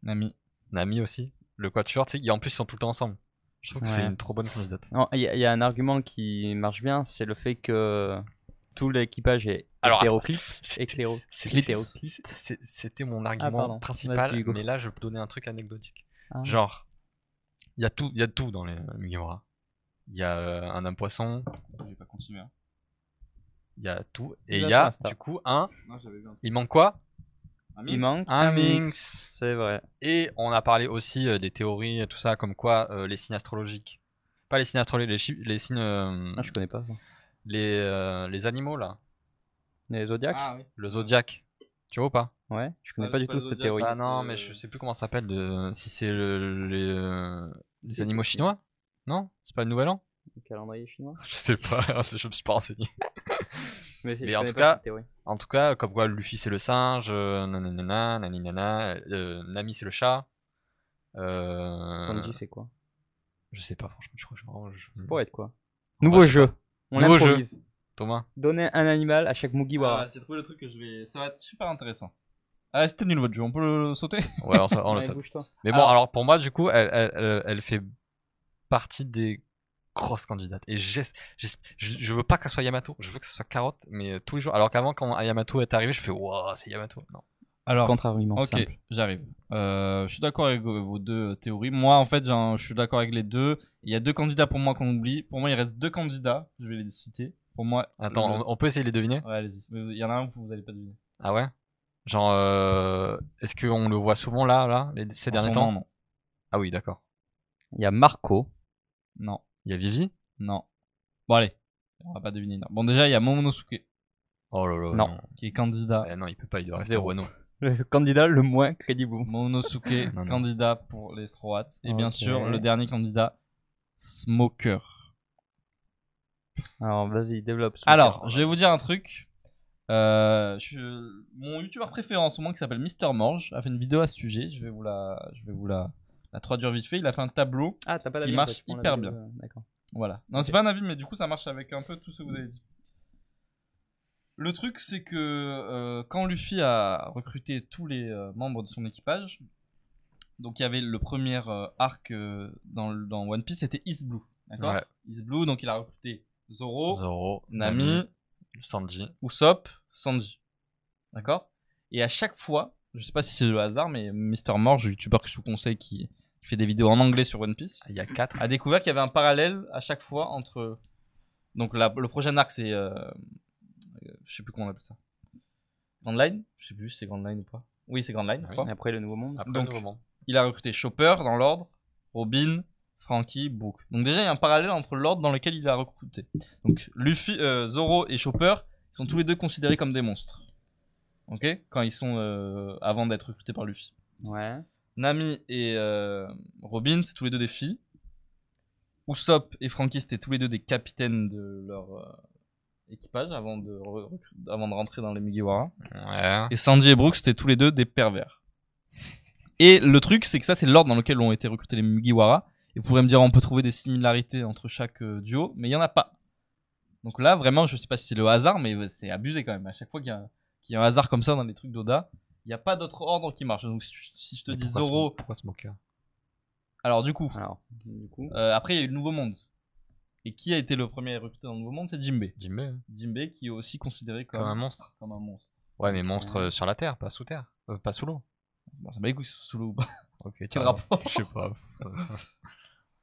Speaker 2: Nami.
Speaker 3: Nami aussi, le Quatuor, tu sais, ils- en plus ils sont tout le temps ensemble. Je trouve que c'est
Speaker 4: Ouais.
Speaker 3: une trop bonne candidate.
Speaker 4: euh, Non, il y, a- il y a un argument qui marche bien, c'est le fait que tout l'équipage est
Speaker 3: Alors,
Speaker 4: hétéroclite.
Speaker 3: C'était
Speaker 4: Éclairo.
Speaker 3: c'était-
Speaker 4: hétéroclite.
Speaker 3: c'est- c'était mon
Speaker 4: Ah,
Speaker 3: argument
Speaker 4: pardon.
Speaker 3: principal,
Speaker 4: Vas-y, Hugo.
Speaker 3: mais là je peux donner un truc anecdotique.
Speaker 4: Ah.
Speaker 3: Genre, il y a tout, il y a tout dans les Mugiwara. Il y a euh, un homme poisson,
Speaker 2: J'ai pas continué. hein.
Speaker 3: il y a tout,
Speaker 4: Et
Speaker 3: et il
Speaker 4: là,
Speaker 3: y
Speaker 4: sur
Speaker 3: a
Speaker 4: Insta.
Speaker 3: du coup un.
Speaker 2: Non, j'avais vu un truc.
Speaker 3: Il manque quoi
Speaker 2: Un
Speaker 4: Il
Speaker 2: mix
Speaker 4: manque
Speaker 3: Un
Speaker 4: mix.
Speaker 3: mix.
Speaker 4: C'est vrai.
Speaker 3: Et on a parlé aussi euh, des théories, tout ça, comme quoi euh, les signes astrologiques. Pas les signes astrologiques, les, chi- les signes, euh,
Speaker 4: Ah, je connais pas ça.
Speaker 3: les, euh, les animaux là,
Speaker 4: Les Zodiacs
Speaker 2: Ah oui.
Speaker 3: le zodiaque. Tu vois ou pas
Speaker 4: Ouais, je connais
Speaker 2: Ah,
Speaker 4: pas
Speaker 2: c'est
Speaker 4: du
Speaker 2: pas
Speaker 4: tout
Speaker 2: le
Speaker 4: cette
Speaker 2: Zodiac.
Speaker 4: théorie.
Speaker 2: Oui,
Speaker 3: Ah non,
Speaker 2: c'est-
Speaker 3: mais je sais plus comment ça s'appelle, de... si c'est le, les, euh, les animaux chinois Non C'est pas le nouvel an
Speaker 4: Le calendrier chinois
Speaker 3: Je sais pas, je me suis pas renseigné.
Speaker 4: Mais, je
Speaker 3: Mais en
Speaker 4: connais
Speaker 3: tout
Speaker 4: pas
Speaker 3: cas-
Speaker 4: cette théorie.
Speaker 3: En tout cas, comme quoi Luffy c'est le singe, euh, nanana, naninana, euh, Nami c'est le chat. Euh...
Speaker 4: Sanji, c'est quoi
Speaker 3: Je sais pas, franchement, je crois que je- vraiment, je...
Speaker 2: hmm.
Speaker 4: Ça pourrait être quoi
Speaker 3: En
Speaker 4: Nouveau
Speaker 3: vrai, je sais
Speaker 4: jeu. On
Speaker 3: Nouveau jeu.
Speaker 4: improvise.
Speaker 3: Thomas
Speaker 4: Donner un animal à chaque Mugiwara.
Speaker 2: Ah, J'ai trouvé le truc que je vais. Ça va être super intéressant. Ah, c'était nul votre jeu, on peut Ah, le sauter
Speaker 3: Ouais, on, sa- on le
Speaker 4: Allez,
Speaker 3: sait.
Speaker 4: bouge-toi.
Speaker 3: Mais bon, alors, pour moi, du coup, elle, elle, elle- elle fait partie des grosses candidates. Et j'es- j'es- je, je veux pas que ça soit Yamato, je veux que ça soit Carotte, mais euh, tous les jours. Alors qu'avant, quand Yamato est arrivé, je fais Waouh, c'est Yamato. Non.
Speaker 2: Alors,
Speaker 4: contrairement
Speaker 2: ok,
Speaker 4: simple.
Speaker 2: j'arrive. Euh, je suis d'accord avec euh, vos deux euh, théories. Moi, en fait, j'ai un- je suis d'accord avec les deux. Il y a deux candidats pour moi qu'on oublie. Pour moi, il reste deux candidats. Je vais les citer. Pour moi.
Speaker 3: Attends,
Speaker 2: le-
Speaker 3: on, on peut essayer de les deviner
Speaker 2: Ouais, allez-y. Mais Il y en a un que vous allez pas deviner.
Speaker 3: Ah ouais Genre, euh, est-ce qu'on le voit souvent là, là, les- ces
Speaker 2: En
Speaker 3: derniers
Speaker 2: ce
Speaker 3: temps
Speaker 2: moment, non.
Speaker 3: Ah oui, d'accord.
Speaker 4: Il y a Marco.
Speaker 2: Non.
Speaker 3: Il y a Vivi
Speaker 2: Non. Bon, allez. On va pas deviner. non. Bon, déjà, il y a Momonosuke
Speaker 3: Oh là là.
Speaker 4: Non.
Speaker 2: qui est candidat.
Speaker 3: Eh non, il peut pas, il doit rester
Speaker 4: Zéro.
Speaker 3: au Wano.
Speaker 4: Le candidat le moins crédible.
Speaker 2: Monosuke,
Speaker 3: Non, non.
Speaker 2: candidat pour les Straw Hats. Et bien
Speaker 4: Ok.
Speaker 2: sûr, le dernier candidat, Smoker.
Speaker 4: Alors vas-y, développe. Smoker.
Speaker 2: Alors, je vais vous dire un truc. Euh, je- Mon youtubeur préféré en ce moment, qui s'appelle Mister Morge, a fait une vidéo à ce sujet. Je vais vous la, je vais vous la... la traduire vite fait. Il a fait un tableau.
Speaker 4: Ah, t'as pas
Speaker 2: qui
Speaker 4: d'avis,
Speaker 2: marche
Speaker 4: toi, tu prends
Speaker 2: hyper
Speaker 4: l'avis de- euh, D'accord.
Speaker 2: Voilà. Non, c'est
Speaker 4: Ok.
Speaker 2: pas un avis, mais du coup, ça marche avec un peu tout ce que vous avez dit. Le truc, c'est que euh, quand Luffy a recruté tous les euh, membres de son équipage, donc il y avait le premier euh, arc euh, dans, le- dans One Piece, c'était East Blue. D'accord
Speaker 3: Ouais.
Speaker 2: East Blue, donc il a recruté Zoro,
Speaker 3: Zoro,
Speaker 2: Oh. Nami,
Speaker 3: Sanji.
Speaker 2: Usopp, Sanji. D'accord Et à chaque fois, je sais pas si c'est le hasard, mais Mister Morge, youtubeur que je vous conseille qui, qui fait des vidéos en anglais sur One Piece,
Speaker 3: Il y a 4.
Speaker 2: a découvert qu'il y avait un parallèle à chaque fois entre. Donc la- le prochain arc, c'est. euh, euh, Je sais plus comment on appelle ça. Grand Line Je sais plus si c'est Grand Line ou pas. Oui, c'est Grand Line, je
Speaker 3: Oui.
Speaker 2: crois.
Speaker 4: Et après le Nouveau Monde.
Speaker 3: Après
Speaker 2: Donc,
Speaker 3: le moment.
Speaker 2: Il a recruté Chopper dans l'ordre, Robin, Frankie, Brooke. Donc déjà, il y a un parallèle entre l'ordre dans lequel il a recruté. Donc Luffy, euh, Zoro et Chopper sont tous les deux considérés comme des monstres. Ok Quand ils sont. euh, avant d'être recrutés par Luffy.
Speaker 4: Ouais.
Speaker 2: Nami et euh, Robin, c'est tous les deux des filles. Usopp et Frankie, c'était tous les deux des capitaines de leur euh, équipage avant de, re- avant de rentrer dans les Mugiwara.
Speaker 3: Ouais.
Speaker 2: Et Sanji et Brooks, c'était tous les deux des pervers. Et le truc, c'est que ça, c'est l'ordre dans lequel ont été recrutés les Mugiwara. Et vous pourrez me dire, on peut trouver des similarités entre chaque euh, duo, mais il n'y en a pas. Donc là, vraiment, je sais pas si c'est le hasard, mais euh, c'est abusé quand même. À chaque fois qu'il y, a- qu'il y a un hasard comme ça dans les trucs d'Oda, il n'y a pas d'autre ordre qui marche. Donc si, tu- si je te
Speaker 3: Mais
Speaker 2: dis
Speaker 3: pourquoi
Speaker 2: Zoro,
Speaker 3: Smo- Pourquoi Smoker
Speaker 2: alors du coup,
Speaker 4: Alors, du coup.
Speaker 2: euh, après il y a eu le Nouveau Monde. Et qui a été le premier recruté dans le Nouveau Monde C'est Jimbe.
Speaker 3: Jimbe, hein.
Speaker 2: Jimbe qui est aussi considéré comme,
Speaker 3: comme un monstre.
Speaker 2: comme un monstre.
Speaker 3: Ouais, mais monstre euh, sur la terre, pas sous terre. Euh, pas sous l'eau.
Speaker 2: Bon, ça m'a écouté sous l'eau ou pas
Speaker 3: Ok,
Speaker 2: Quel
Speaker 3: pardon.
Speaker 2: rapport
Speaker 3: Je sais pas.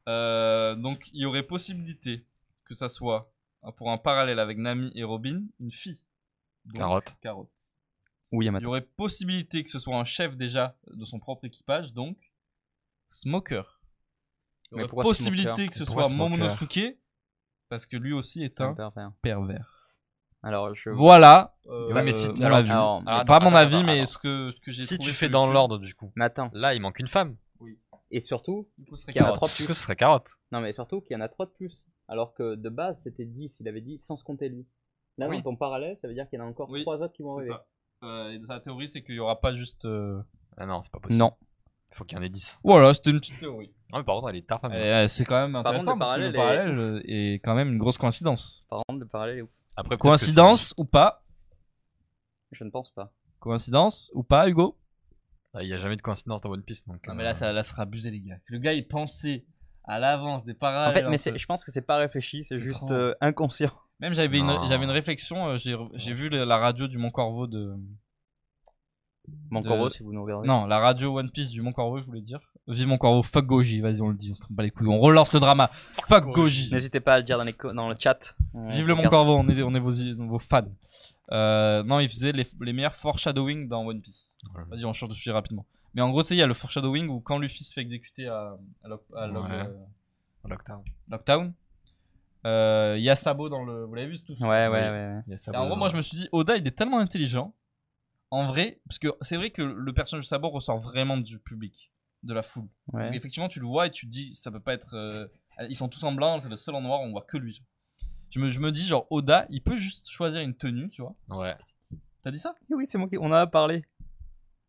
Speaker 2: Euh, Donc il y aurait possibilité que ça soit, euh, pour un parallèle avec Nami et Robin, une fille. Donc,
Speaker 3: Carotte.
Speaker 2: Carotte.
Speaker 4: Oui,
Speaker 2: Il y
Speaker 4: Yamato.
Speaker 2: aurait possibilité que ce soit un chef déjà de son propre équipage, donc Smoker. Il y
Speaker 4: Mais
Speaker 2: aurait
Speaker 4: pourquoi
Speaker 2: possibilité
Speaker 4: Smoker
Speaker 2: que ce
Speaker 3: Pourquoi
Speaker 2: soit
Speaker 3: Smoker
Speaker 2: Momonosuke, parce que lui aussi est
Speaker 4: C'est un
Speaker 2: un
Speaker 4: pervers.
Speaker 2: pervers.
Speaker 4: Alors, je.
Speaker 2: Voilà.
Speaker 3: Oui,
Speaker 4: bah,
Speaker 2: mais
Speaker 3: mais
Speaker 2: si,
Speaker 3: si-
Speaker 2: mon
Speaker 3: Euh, alors,
Speaker 2: avis.
Speaker 4: alors,
Speaker 2: Pas
Speaker 3: attends,
Speaker 2: mon
Speaker 3: attends,
Speaker 2: avis,
Speaker 3: attends,
Speaker 2: mais
Speaker 3: attends.
Speaker 2: ce que, ce que j'ai
Speaker 3: Si
Speaker 2: trouvé
Speaker 3: tu
Speaker 2: sur
Speaker 3: fais dans
Speaker 2: YouTube,
Speaker 3: l'ordre, du coup.
Speaker 4: Mais attends.
Speaker 3: Là, il manque une femme.
Speaker 4: Et surtout,
Speaker 2: du coup, ce serait
Speaker 4: Il y en a
Speaker 2: carotte.
Speaker 4: trois de
Speaker 3: Ce
Speaker 4: plus.
Speaker 3: serait carotte.
Speaker 4: non mais surtout qu'il y en a 3 de plus. Alors que de base c'était 10, il avait dit sans se compter lui. Là,
Speaker 3: Oui.
Speaker 4: dans ton parallèle, ça veut dire qu'il y en a encore
Speaker 2: Oui,
Speaker 4: 3 autres qui vont
Speaker 2: C'est
Speaker 4: arriver.
Speaker 2: ça. Euh, et la théorie, c'est qu'il n'y aura pas juste. euh,
Speaker 3: Ah non, c'est pas possible.
Speaker 4: Non.
Speaker 3: Il faut qu'il y en ait 10.
Speaker 2: Voilà, c'était une petite théorie.
Speaker 3: Non, mais par contre, elle est hein. tard, femme.
Speaker 2: Euh, c'est quand même
Speaker 4: contre,
Speaker 2: intéressant
Speaker 4: le
Speaker 2: parce que le
Speaker 4: parallèle
Speaker 2: parallèle euh, est... quand même une grosse coïncidence.
Speaker 4: Par contre, le parallèle est ouf.
Speaker 3: Après, peut-être que
Speaker 2: Coïncidence ou pas
Speaker 4: Je ne pense pas.
Speaker 2: Coïncidence ou pas, Hugo
Speaker 3: c'est- Ah, Il y a jamais de coïncidence dans One Piece. Donc,
Speaker 2: Non,
Speaker 3: euh,
Speaker 2: mais là, ça, là, ça sera abusé, les gars. Que Le gars, il pensait à l'avance des
Speaker 4: En
Speaker 2: parallèles.
Speaker 4: fait, mais
Speaker 2: entre-
Speaker 4: c'est- je pense que c'est pas réfléchi, c'est
Speaker 2: C'est
Speaker 4: juste
Speaker 2: vraiment-
Speaker 4: euh, inconscient.
Speaker 2: Même j'avais une,
Speaker 3: Non.
Speaker 2: j'avais une réflexion, euh, j'ai re- j'ai vu le- la radio du Mont Corvo de.
Speaker 4: Bon,
Speaker 2: De-
Speaker 4: encore heureux si vous nous regardez.
Speaker 2: Non, la radio One Piece du Mont Corvo, je voulais dire. Vive Mont Corvo, fuck Goji, vas-y, on le dit, on se trompe pas les couilles, on relance le drama. Fuck Goji.
Speaker 4: N'hésitez pas à le dire dans, les co- dans le chat. On
Speaker 2: Vive le Mont
Speaker 4: regarde.
Speaker 2: Corvo, on est, on est vos, vos fans. Euh, non, il faisait les, les meilleurs foreshadowing dans One Piece.
Speaker 3: Voilà.
Speaker 2: Vas-y, on change de sujet rapidement. Mais en gros, tu sais, il y a le foreshadowing où quand Luffy se fait exécuter à, à, Lock- à Lock-
Speaker 3: Ouais.
Speaker 2: euh,
Speaker 3: Lockdown.
Speaker 2: Lockdown, euh, il y a Sabo dans le. Vous l'avez vu tout ça
Speaker 4: Ouais, ouais, ouais. ouais.
Speaker 3: Il y a ça.
Speaker 2: Et en gros, moi, je me suis dit, Oda, il est tellement intelligent. En vrai, parce que c'est vrai que le personnage de Sabo ressort vraiment du public, de la foule.
Speaker 4: ouais.
Speaker 2: Donc, effectivement, tu le vois et tu te dis, ça peut pas être. euh, Ils sont tous en blanc, c'est le seul en noir, on voit que lui. Je me, je me dis, genre, Oda, il peut juste choisir une tenue, tu vois.
Speaker 3: Ouais.
Speaker 2: T'as dit ça
Speaker 4: Eh Oui, c'est moi qui. On en a parlé.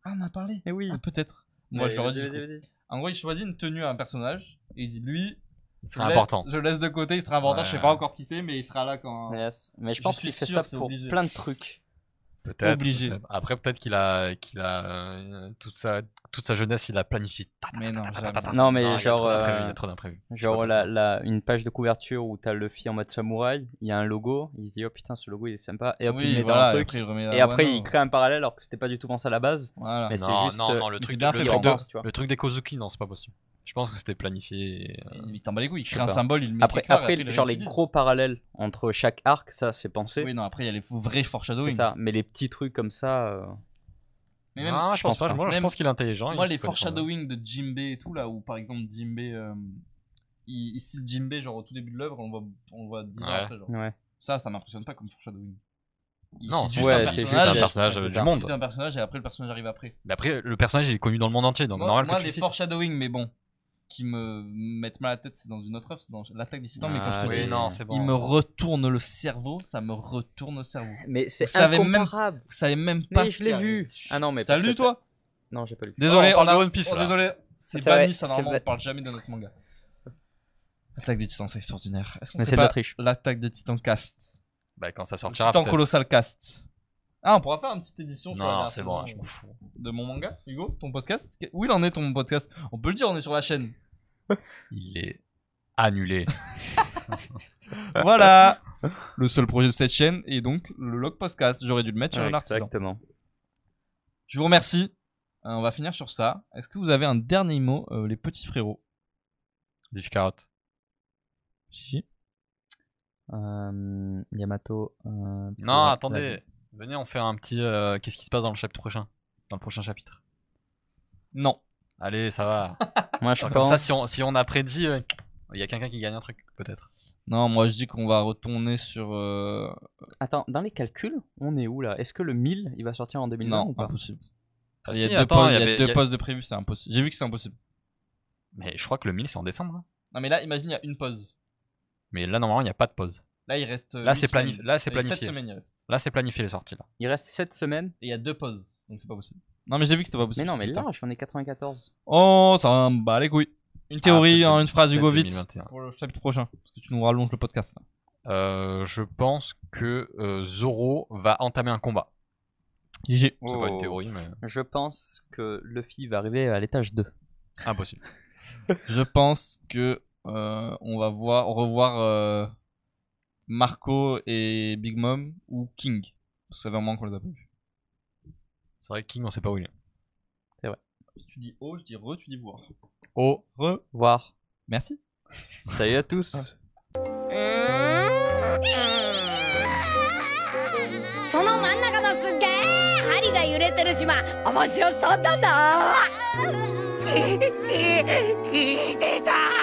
Speaker 2: Ah, on a parlé.
Speaker 4: Et oui.
Speaker 2: Peut-être. Moi,
Speaker 4: Mais
Speaker 2: je le redis.
Speaker 4: vas-y,
Speaker 2: du coup.
Speaker 4: vas-y, vas-y.
Speaker 2: En gros, il choisit une tenue à un personnage et il dit, lui.
Speaker 3: Il
Speaker 2: je
Speaker 3: serait
Speaker 2: laisse-
Speaker 3: important.
Speaker 2: Je le laisse de côté, il sera important,
Speaker 3: Ouais.
Speaker 2: je sais pas encore qui c'est, mais il sera là quand.
Speaker 4: Yes. Mais je
Speaker 2: Je
Speaker 4: pense
Speaker 2: suis
Speaker 4: qu'il fait
Speaker 2: sûr
Speaker 4: ça
Speaker 2: que c'est
Speaker 4: pour
Speaker 2: obligé.
Speaker 4: plein de trucs.
Speaker 3: Peut-être.
Speaker 2: obligé.
Speaker 3: peut-être. Après, peut-être qu'il a, qu'il a euh, toute sa, toute sa jeunesse, il a planifié. Ta, ta,
Speaker 2: Mais
Speaker 3: ta,
Speaker 2: non,
Speaker 3: ta, ta,
Speaker 2: jamais.
Speaker 3: ta, ta.
Speaker 4: Non, mais
Speaker 3: il y a
Speaker 4: genre,
Speaker 3: trop d'imprévus,
Speaker 4: euh,
Speaker 3: il y a trop d'imprévus. Je sais
Speaker 4: Genre
Speaker 3: pas
Speaker 4: la, la- une page de couverture où t'as Luffy en mode samouraï, il y a un logo, il se dit oh putain ce logo il est sympa, et hop il
Speaker 2: oui,
Speaker 4: met
Speaker 2: voilà,
Speaker 4: dans
Speaker 2: et après,
Speaker 4: le
Speaker 2: ah,
Speaker 4: truc,
Speaker 2: il remet
Speaker 4: et après il crée un parallèle alors que c'était pas du tout pensé à la base,
Speaker 2: Voilà.
Speaker 4: mais
Speaker 3: comment.
Speaker 4: c'est
Speaker 3: Non,
Speaker 4: juste
Speaker 3: non, non,
Speaker 4: euh,
Speaker 3: le
Speaker 2: c'est
Speaker 3: truc,
Speaker 2: bien
Speaker 3: le
Speaker 2: fait,
Speaker 3: truc
Speaker 2: vraiment.
Speaker 3: de,
Speaker 4: tu vois.
Speaker 3: le truc des Kozuki, non, c'est pas possible. Je pense que c'était planifié. et, euh,
Speaker 2: Il t'en bat les couilles, il crée
Speaker 4: je
Speaker 2: un
Speaker 4: sais pas.
Speaker 2: symbole, il le met
Speaker 4: Après,
Speaker 2: quelque part, et
Speaker 4: après,
Speaker 2: il
Speaker 4: genre les
Speaker 2: réutilise.
Speaker 4: gros parallèles entre chaque arc, ça c'est pensé,
Speaker 2: Oui, non, après, il y a les faux- vrais
Speaker 4: c'est
Speaker 2: foreshadowing.
Speaker 4: ça, mais les petits trucs comme ça, euh,
Speaker 2: Mais même,
Speaker 3: non, je pense
Speaker 4: pense
Speaker 3: pas.
Speaker 4: pas.
Speaker 3: Moi, je
Speaker 2: Même-
Speaker 3: pense qu'il est intelligent.
Speaker 2: moi,
Speaker 3: il
Speaker 2: les
Speaker 3: connaît son-
Speaker 2: foreshadowing de Jimbe et tout, là, où par exemple, Jimbe. euh, il, il cite Jimbe, genre au tout début de l'œuvre, on le voit, on le voit 10 ans
Speaker 3: Ouais.
Speaker 2: après. genre.
Speaker 4: ouais.
Speaker 2: Ça, ça m'impressionne pas comme foreshadowing. Il
Speaker 3: Non,
Speaker 2: cite
Speaker 3: c'est
Speaker 2: juste
Speaker 4: ouais,
Speaker 2: un
Speaker 4: c'est juste
Speaker 2: personnage,
Speaker 4: un personnage
Speaker 2: il
Speaker 4: du
Speaker 2: cite
Speaker 3: monde.
Speaker 2: un personnage et après, le personnage arrive après.
Speaker 3: Mais après, le personnage, il est connu dans le monde entier, donc
Speaker 2: moi,
Speaker 3: normal
Speaker 2: moi,
Speaker 3: que tu
Speaker 2: les
Speaker 3: le cites.
Speaker 2: foreshadowing, mais bon, qui me mettent mal à la tête, c'est dans une autre œuvre, c'est dans l'attaque des titans, mais quand je
Speaker 4: Ah
Speaker 2: te
Speaker 4: oui,
Speaker 2: dis,
Speaker 4: non,
Speaker 3: c'est
Speaker 2: il me retourne le cerveau, ça me retourne le cerveau.
Speaker 4: Mais c'est
Speaker 2: savez même
Speaker 4: incomparable.
Speaker 2: Vous savez même pas
Speaker 4: Mais
Speaker 2: ce
Speaker 4: je
Speaker 2: qui
Speaker 4: l'ai
Speaker 2: arrive.
Speaker 4: vu. Ah non mais
Speaker 2: T'as
Speaker 4: parce
Speaker 2: lu
Speaker 4: que-
Speaker 2: toi
Speaker 4: Non j'ai pas lu.
Speaker 2: Désolé,
Speaker 3: Oh, on parle
Speaker 2: a-
Speaker 3: de One Piece,
Speaker 2: oh,
Speaker 3: là.
Speaker 2: désolé. C'est
Speaker 4: C'est vrai,
Speaker 2: banni, ça
Speaker 4: c'est
Speaker 2: normalement on
Speaker 4: vrai.
Speaker 2: parle jamais de notre manga. Attaque des titans, c'est extraordinaire. Est-ce qu'on
Speaker 4: Mais
Speaker 2: fait
Speaker 4: c'est de
Speaker 2: pas
Speaker 4: la triche.
Speaker 2: L'attaque des titans cast.
Speaker 3: Bah, quand ça sortira.
Speaker 2: Titan
Speaker 3: peut-être.
Speaker 2: colossal cast. Ah, on pourra faire une petite édition. sur la
Speaker 3: Non,
Speaker 2: dernière
Speaker 3: c'est bon,
Speaker 2: saison
Speaker 3: je m'en fous.
Speaker 2: De mon manga, Hugo, ton podcast Que- Où il en est ton podcast On peut le dire, on est sur la chaîne.
Speaker 3: Il est annulé.
Speaker 2: voilà Le seul projet de cette chaîne est donc le log podcast. J'aurais dû le mettre sur
Speaker 4: Ouais,
Speaker 2: un artisan.
Speaker 4: Exactement.
Speaker 2: Je vous remercie. Euh, on va finir sur ça. Est-ce que vous avez un dernier mot, euh, les petits frérots
Speaker 3: Vive carotte.
Speaker 2: Si.
Speaker 4: Euh, Yamato. euh,
Speaker 3: Non,
Speaker 4: pour la-
Speaker 3: attendez. Venez, on fait un petit. euh, Qu'est-ce qui se passe dans le chapitre prochain Dans le prochain chapitre.
Speaker 2: Non.
Speaker 3: Allez, ça va.
Speaker 4: Moi je
Speaker 3: Comme
Speaker 4: pense.
Speaker 3: ça, si on, si on a prédit, euh, il y a quelqu'un qui gagne un truc, peut-être.
Speaker 2: Non, moi je dis qu'on va retourner sur. euh,
Speaker 4: Attends, dans les calculs, on est où là Est-ce que le 1000 il va sortir en 2009
Speaker 2: Non,
Speaker 4: ou pas
Speaker 2: impossible.
Speaker 3: Ah,
Speaker 2: il y a
Speaker 3: si,
Speaker 2: deux,
Speaker 3: attends,
Speaker 2: postes,
Speaker 3: il y
Speaker 2: il y a
Speaker 3: avait-
Speaker 2: deux
Speaker 3: il y a-
Speaker 2: postes de prévu, c'est impossible. J'ai vu que c'est impossible.
Speaker 3: Mais je crois que le 1000, c'est en décembre. hein.
Speaker 2: Non, mais là, imagine, il y a une pause.
Speaker 3: Mais là, normalement, il n'y a pas de pause.
Speaker 2: Là, il reste. euh,
Speaker 3: Là,
Speaker 2: huit
Speaker 3: c'est plani-
Speaker 2: semaines.
Speaker 3: là, c'est
Speaker 2: Et Sept
Speaker 3: planifié.
Speaker 2: semaines, il reste.
Speaker 3: Là, c'est planifié les sorties. Là.
Speaker 4: Il reste 7 semaines.
Speaker 2: Et il y a deux pauses, donc c'est pas possible. Non, mais j'ai vu que c'était pas
Speaker 4: Mais
Speaker 2: possible.
Speaker 4: non, mais
Speaker 2: Putain.
Speaker 4: là, j'en ai 94.
Speaker 2: Oh, ça me bat les couilles. Une théorie
Speaker 3: peut-être-
Speaker 2: en une phrase, Hugo,
Speaker 3: peut-être
Speaker 2: vite.
Speaker 3: 2021.
Speaker 2: Pour le chapitre prochain. Parce que tu nous rallonges le podcast. là.
Speaker 3: Euh, je pense que euh, Zoro va entamer un combat.
Speaker 2: GG.
Speaker 3: C'est pas une théorie, mais
Speaker 4: Je pense que Luffy va arriver à l'étage 2.
Speaker 3: impossible.
Speaker 2: Je pense que euh, on va voir, revoir euh, Marco et Big Mom ou King. Ça fait un moment qu'on les a pas vus.
Speaker 3: c'est vrai que King, on sait pas où il est.
Speaker 2: Tu dis oh, je dis re, tu dis voir.
Speaker 3: Oh,
Speaker 2: Re.
Speaker 4: Voir.
Speaker 2: Merci.
Speaker 4: Salut à tous.
Speaker 1: その真ん中のすっげえ針が揺れてる島面白そうだな
Speaker 5: 聞いてた